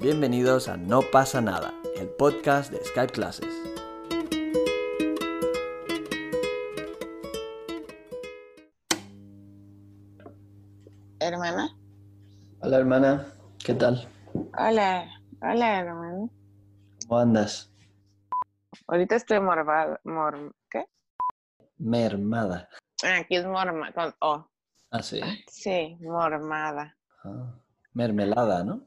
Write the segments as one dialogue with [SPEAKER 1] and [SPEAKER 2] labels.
[SPEAKER 1] Bienvenidos a No pasa nada, el podcast de Skype Classes.
[SPEAKER 2] hermana.
[SPEAKER 1] Hola hermana, ¿qué tal?
[SPEAKER 2] Hola, hola, hermano.
[SPEAKER 1] ¿Cómo andas?
[SPEAKER 2] Ahorita estoy morvada, mor, ¿qué?
[SPEAKER 1] Mermada.
[SPEAKER 2] Ah, Aquí es morma, con O.
[SPEAKER 1] Ah, sí.
[SPEAKER 2] Sí, mormada.
[SPEAKER 1] Ah, mermelada, ¿no?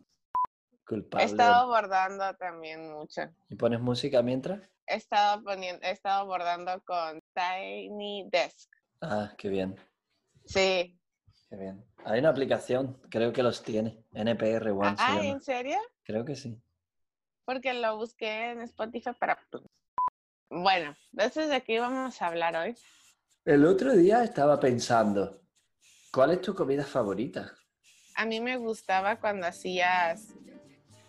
[SPEAKER 2] He
[SPEAKER 1] Culpable.
[SPEAKER 2] estado bordando también mucho.
[SPEAKER 1] ¿Y pones música mientras?
[SPEAKER 2] He estado poniendo, he estado bordando con Tiny Desk.
[SPEAKER 1] Ah, qué bien,
[SPEAKER 2] Sí.
[SPEAKER 1] qué bien. Hay una aplicación, creo que los tiene. NPR One se
[SPEAKER 2] Ah,
[SPEAKER 1] llama.
[SPEAKER 2] ¿en serio?
[SPEAKER 1] Creo que sí.
[SPEAKER 2] Porque lo busqué en Spotify para. Bueno, entonces de qué vamos a hablar hoy.
[SPEAKER 1] El otro día estaba pensando, ¿cuál es tu comida favorita?
[SPEAKER 2] A mí me gustaba cuando hacías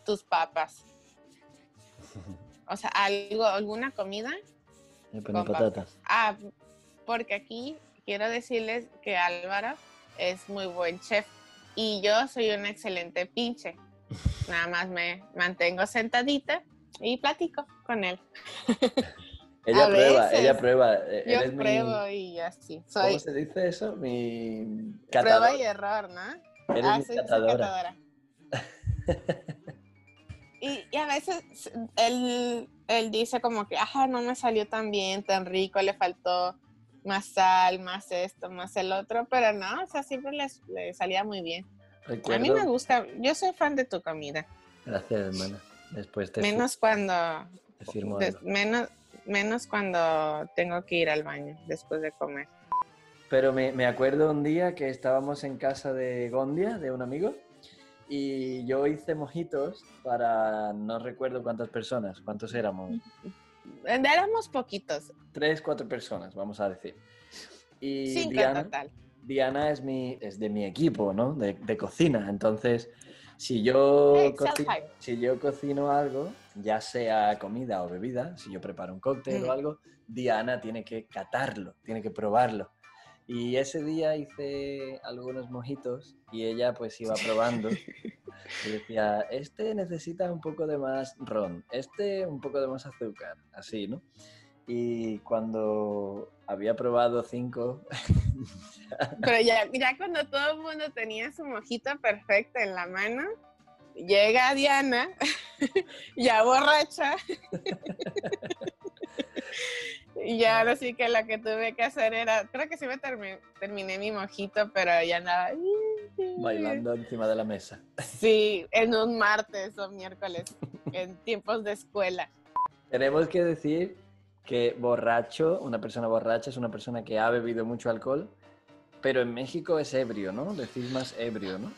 [SPEAKER 2] tus papas. O sea, algo, alguna comida
[SPEAKER 1] Le ponía
[SPEAKER 2] Con
[SPEAKER 1] patatas.
[SPEAKER 2] Ah, porque aquí quiero decirles que Álvaro es muy buen chef y yo soy una excelente pinche. Nada más me mantengo sentadita y platico con él.
[SPEAKER 1] Ella
[SPEAKER 2] A
[SPEAKER 1] prueba,
[SPEAKER 2] veces.
[SPEAKER 1] ella prueba. eh,
[SPEAKER 2] Yo
[SPEAKER 1] eres mi-
[SPEAKER 2] pruebo y así.
[SPEAKER 1] ¿Cómo
[SPEAKER 2] Soy
[SPEAKER 1] se dice eso? Mi
[SPEAKER 2] prueba
[SPEAKER 1] catador.
[SPEAKER 2] y error, ¿no?
[SPEAKER 1] Eres
[SPEAKER 2] Ah,
[SPEAKER 1] mi
[SPEAKER 2] sí, soy
[SPEAKER 1] catadora.
[SPEAKER 2] catadora. Y, y a veces él, él dice como que, ajá, no me salió tan bien, tan rico, le faltó más sal, más esto, más el otro, pero no, o sea, siempre les- le salía muy bien. A mí me
[SPEAKER 1] Recuerdo.
[SPEAKER 2] gusta, yo soy fan de tu comida,
[SPEAKER 1] Gracias, hermana. Después te, fi-
[SPEAKER 2] menos cuando,
[SPEAKER 1] te firmo
[SPEAKER 2] de-
[SPEAKER 1] algo.
[SPEAKER 2] menos, menos cuando tengo que ir al baño después de comer.
[SPEAKER 1] Pero me, me acuerdo un día que estábamos en casa de Gondia, de un amigo, y yo hice mojitos para no recuerdo cuántas personas, cuántos éramos,
[SPEAKER 2] Eh, Éramos poquitos,
[SPEAKER 1] tres, cuatro personas, vamos a decir. Y
[SPEAKER 2] cinco en
[SPEAKER 1] Diana,
[SPEAKER 2] total.
[SPEAKER 1] Diana es, mi, es de mi equipo, ¿no? De, de cocina. Entonces, si yo,
[SPEAKER 2] Hey,
[SPEAKER 1] cocino,
[SPEAKER 2] self-hype.
[SPEAKER 1] si yo cocino algo, ya sea comida o bebida, si yo preparo un cóctel
[SPEAKER 2] Mm.
[SPEAKER 1] o algo, Diana tiene que catarlo, tiene que probarlo. Y ese día hice algunos mojitos y ella pues iba probando y decía, este necesita un poco de más ron, este un poco de más azúcar, así, ¿no? Y cuando había probado cinco,
[SPEAKER 2] Pero ya, ya cuando todo el mundo tenía su mojito perfecto en la mano, llega Diana, ya borracha. y ahora sí que lo que tuve que hacer era, creo que sí me termi- terminé mi mojito, pero ya andaba
[SPEAKER 1] bailando encima de la mesa.
[SPEAKER 2] Sí, en un martes o miércoles, en tiempos de escuela.
[SPEAKER 1] Tenemos que decir que borracho, una persona borracha es una persona que ha bebido mucho alcohol, pero en México es ebrio, ¿no? Decís más ebrio, ¿no?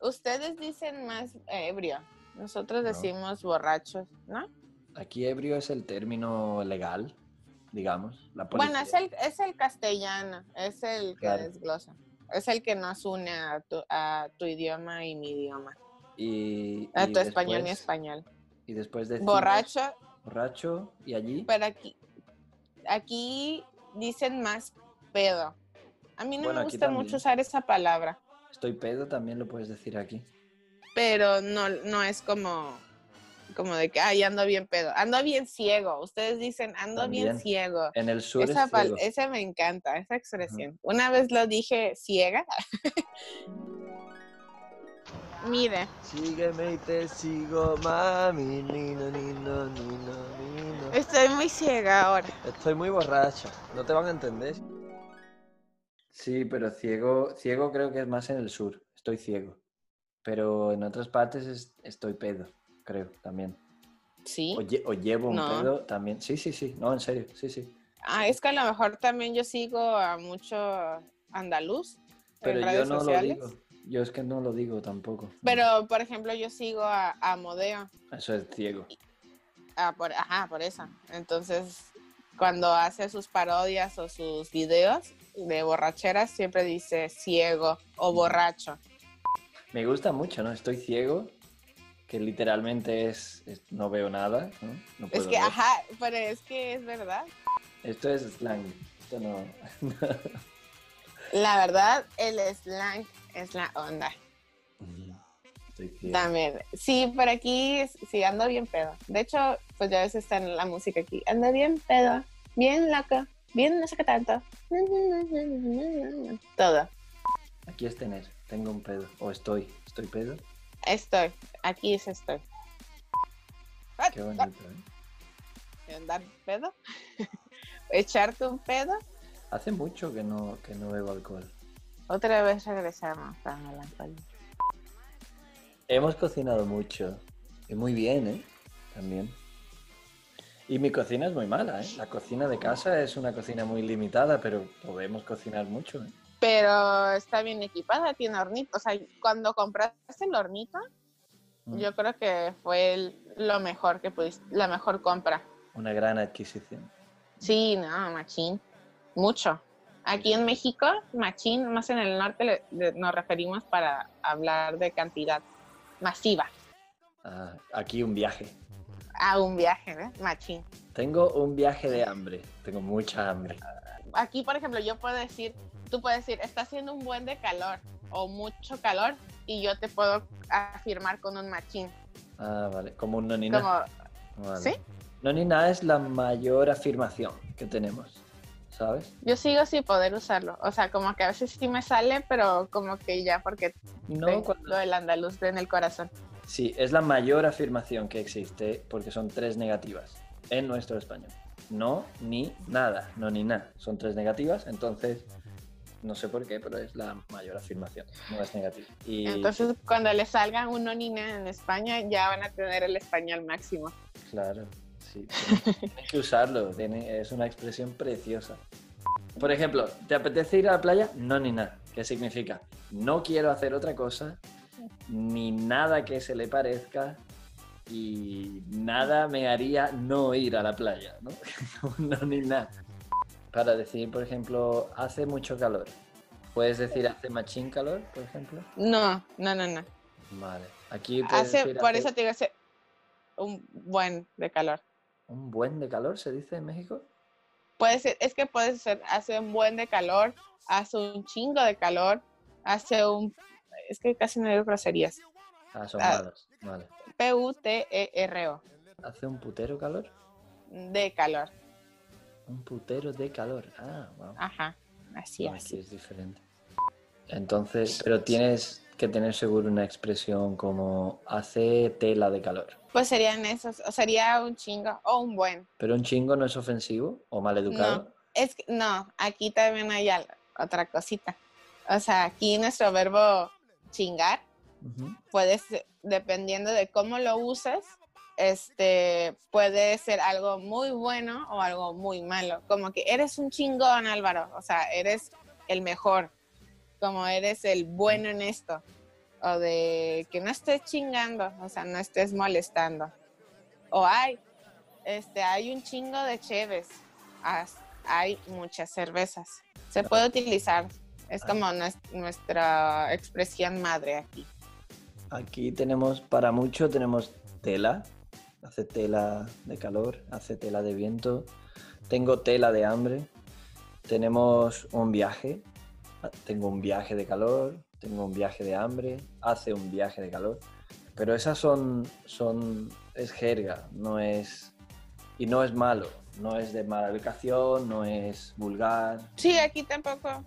[SPEAKER 2] Ustedes dicen más ebrio, nosotros
[SPEAKER 1] No.
[SPEAKER 2] decimos borrachos, ¿no?
[SPEAKER 1] Aquí ebrio es el término legal, digamos. La
[SPEAKER 2] Bueno,
[SPEAKER 1] policía-
[SPEAKER 2] es el, es el castellano, es el que
[SPEAKER 1] Claro.
[SPEAKER 2] desglosa, es el que nos une a tu, a tu idioma y mi idioma,
[SPEAKER 1] y,
[SPEAKER 2] a
[SPEAKER 1] y
[SPEAKER 2] Ah, tu español y
[SPEAKER 1] después-
[SPEAKER 2] español.
[SPEAKER 1] Y después decimos
[SPEAKER 2] Borracho,
[SPEAKER 1] borracho y allí
[SPEAKER 2] pero aquí, aquí dicen más pedo. A mí no
[SPEAKER 1] Bueno,
[SPEAKER 2] me
[SPEAKER 1] aquí
[SPEAKER 2] gusta
[SPEAKER 1] también.
[SPEAKER 2] mucho usar esa palabra,
[SPEAKER 1] estoy pedo también lo puedes decir aquí.
[SPEAKER 2] pero no, no es como, como de que, ay, ando bien pedo, ando bien ciego. Ustedes dicen, ando bien
[SPEAKER 1] También.
[SPEAKER 2] ciego.
[SPEAKER 1] En el sur
[SPEAKER 2] Esa,
[SPEAKER 1] es
[SPEAKER 2] pal-
[SPEAKER 1] ciego.
[SPEAKER 2] esa me encanta, esa expresión. Una vez lo dije ciega. Mire,
[SPEAKER 1] Sígueme y te sigo, mami, nino, nino, nino, nino.
[SPEAKER 2] estoy muy ciega ahora.
[SPEAKER 1] Estoy muy borracha, no te van a entender. Sí, pero ciego, ciego creo que es más en el sur, estoy ciego. Pero en otras partes es- estoy pedo, creo, también.
[SPEAKER 2] Sí.
[SPEAKER 1] O, lle- o llevo un
[SPEAKER 2] No.
[SPEAKER 1] pedo también. Sí, sí, sí, no, en serio, sí, sí.
[SPEAKER 2] Ah, es que a lo mejor también yo sigo a mucho andaluz
[SPEAKER 1] Pero
[SPEAKER 2] en
[SPEAKER 1] yo
[SPEAKER 2] redes
[SPEAKER 1] no
[SPEAKER 2] sociales.
[SPEAKER 1] lo digo. Yo es que no lo digo tampoco.
[SPEAKER 2] Pero, por ejemplo, yo sigo a, a Modeo.
[SPEAKER 1] Eso es ciego.
[SPEAKER 2] Ah, por, ajá, por eso. Entonces, cuando hace sus parodias o sus videos de borracheras, siempre dice ciego o borracho.
[SPEAKER 1] Me gusta mucho, ¿no? Estoy ciego, que literalmente es, es- no veo nada, ¿no? No
[SPEAKER 2] Es
[SPEAKER 1] puedo
[SPEAKER 2] que,
[SPEAKER 1] ver.
[SPEAKER 2] ajá, pero es que es verdad.
[SPEAKER 1] Esto es slang. Esto no.
[SPEAKER 2] La verdad, el slang es la onda.
[SPEAKER 1] Así que-
[SPEAKER 2] También. Sí, por aquí sí ando bien pedo. De hecho, pues ya ves está en la música aquí. Ando bien pedo, bien loco, bien no sé qué tanto. Todo.
[SPEAKER 1] Aquí es tener, tengo un pedo, o estoy, estoy pedo,
[SPEAKER 2] Estoy. Aquí es estoy.
[SPEAKER 1] qué bonito. ¿eh?
[SPEAKER 2] ¿Andar pedo? ¿Echarte un pedo?
[SPEAKER 1] Hace mucho que no, que no bebo alcohol.
[SPEAKER 2] Otra vez regresamos a la melancolía.
[SPEAKER 1] Hemos cocinado mucho, y muy bien, ¿eh? También. Y mi cocina es muy mala, ¿eh? La cocina de casa es una cocina muy limitada, pero podemos cocinar mucho, ¿eh?
[SPEAKER 2] Pero está bien equipada, tiene hornito. O sea, cuando compraste el hornito,
[SPEAKER 1] Mm,
[SPEAKER 2] yo creo que fue el- lo mejor que pudiste, la mejor compra.
[SPEAKER 1] Una gran adquisición.
[SPEAKER 2] Sí, no, machín. Mucho. Aquí en México, machín, más en el norte le- le- nos referimos para hablar de cantidad masiva
[SPEAKER 1] Ah, aquí un viaje.
[SPEAKER 2] a un viaje, ¿eh? Machín.
[SPEAKER 1] Tengo un viaje de hambre, tengo mucha hambre.
[SPEAKER 2] Aquí, por ejemplo, yo puedo decir, tú puedes decir, está haciendo un buen de calor o mucho calor y yo te puedo afirmar con un machín.
[SPEAKER 1] Ah, vale, como un nonina.
[SPEAKER 2] Como,
[SPEAKER 1] Vale.
[SPEAKER 2] ¿Sí?
[SPEAKER 1] No ni nada es la mayor afirmación que tenemos, ¿sabes?
[SPEAKER 2] yo sigo sin poder usarlo. O sea, como que a veces sí me sale, pero como que ya porque
[SPEAKER 1] No
[SPEAKER 2] tengo
[SPEAKER 1] cuando...
[SPEAKER 2] el andaluz en el corazón.
[SPEAKER 1] Sí, es la mayor afirmación que existe porque son tres negativas en nuestro español. No, ni, nada, no, ni, nada. Son tres negativas, entonces no sé por qué, pero es la mayor afirmación. No es negativa. Y
[SPEAKER 2] Entonces, cuando le salga un nonina en España, ya van a tener el español máximo.
[SPEAKER 1] claro, sí. tienen- Tienen que usarlo, tienen- es una expresión preciosa. Por ejemplo, ¿te apetece ir a la playa? No, ni nada. ¿Qué significa? No quiero hacer otra cosa, ni nada que se le parezca, y nada me haría no ir a la playa, ¿no? no, ni nada. Para decir, por ejemplo, hace mucho calor. ¿Puedes decir hace machín calor, por ejemplo?
[SPEAKER 2] No, no, no, no.
[SPEAKER 1] Vale. Aquí puedes
[SPEAKER 2] Hace,
[SPEAKER 1] decir
[SPEAKER 2] por
[SPEAKER 1] hace
[SPEAKER 2] eso te digo, hace un buen de calor.
[SPEAKER 1] un buen de calor, se dice en México.
[SPEAKER 2] Puede ser, es que puede ser, hace un buen de calor, hace un chingo de calor, hace un. Es que casi no digo groserías.
[SPEAKER 1] Asomados. Vale.
[SPEAKER 2] E P-U-T-E-R-O.
[SPEAKER 1] ¿Hace un putero calor?
[SPEAKER 2] De calor.
[SPEAKER 1] Un putero de calor. Ah, wow.
[SPEAKER 2] Ajá. Así,
[SPEAKER 1] No, aquí
[SPEAKER 2] así.
[SPEAKER 1] es diferente. Entonces, pero tienes que tener seguro una expresión como hace tela de calor.
[SPEAKER 2] Pues serían esos. O sería un chingo o un buen.
[SPEAKER 1] Pero un chingo no es ofensivo o maleducado.
[SPEAKER 2] Es que, no, aquí también hay al- otra cosita. O sea, aquí nuestro verbo chingar,
[SPEAKER 1] Ujú.
[SPEAKER 2] puede ser, dependiendo de cómo lo uses, este, puede ser algo muy bueno o algo muy malo. Como que eres un chingón, Álvaro. O sea, eres el mejor. Como eres el bueno en esto. O de que no estés chingando, o sea, no estés molestando. O hay, este, hay un chingo de cheves. As- Hay muchas cervezas. Se puede utilizar. Es como nues- nuestra expresión madre aquí.
[SPEAKER 1] Aquí tenemos, para mucho, tenemos tela. Hace tela de calor, hace tela de viento. Tengo tela de hambre. Tenemos un viaje. Ah, Tengo un viaje de calor. Tengo un viaje de hambre. Hace un viaje de calor. Pero esas son, son, es jerga, no es, y no es malo, no es de mala educación, no es vulgar.
[SPEAKER 2] Sí, aquí tampoco.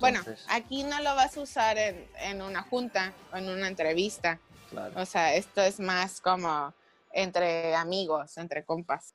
[SPEAKER 2] Bueno,
[SPEAKER 1] Entonces,
[SPEAKER 2] aquí no lo vas a usar en, en una junta o en una entrevista.
[SPEAKER 1] claro.
[SPEAKER 2] O sea, esto es más como entre amigos, entre compas.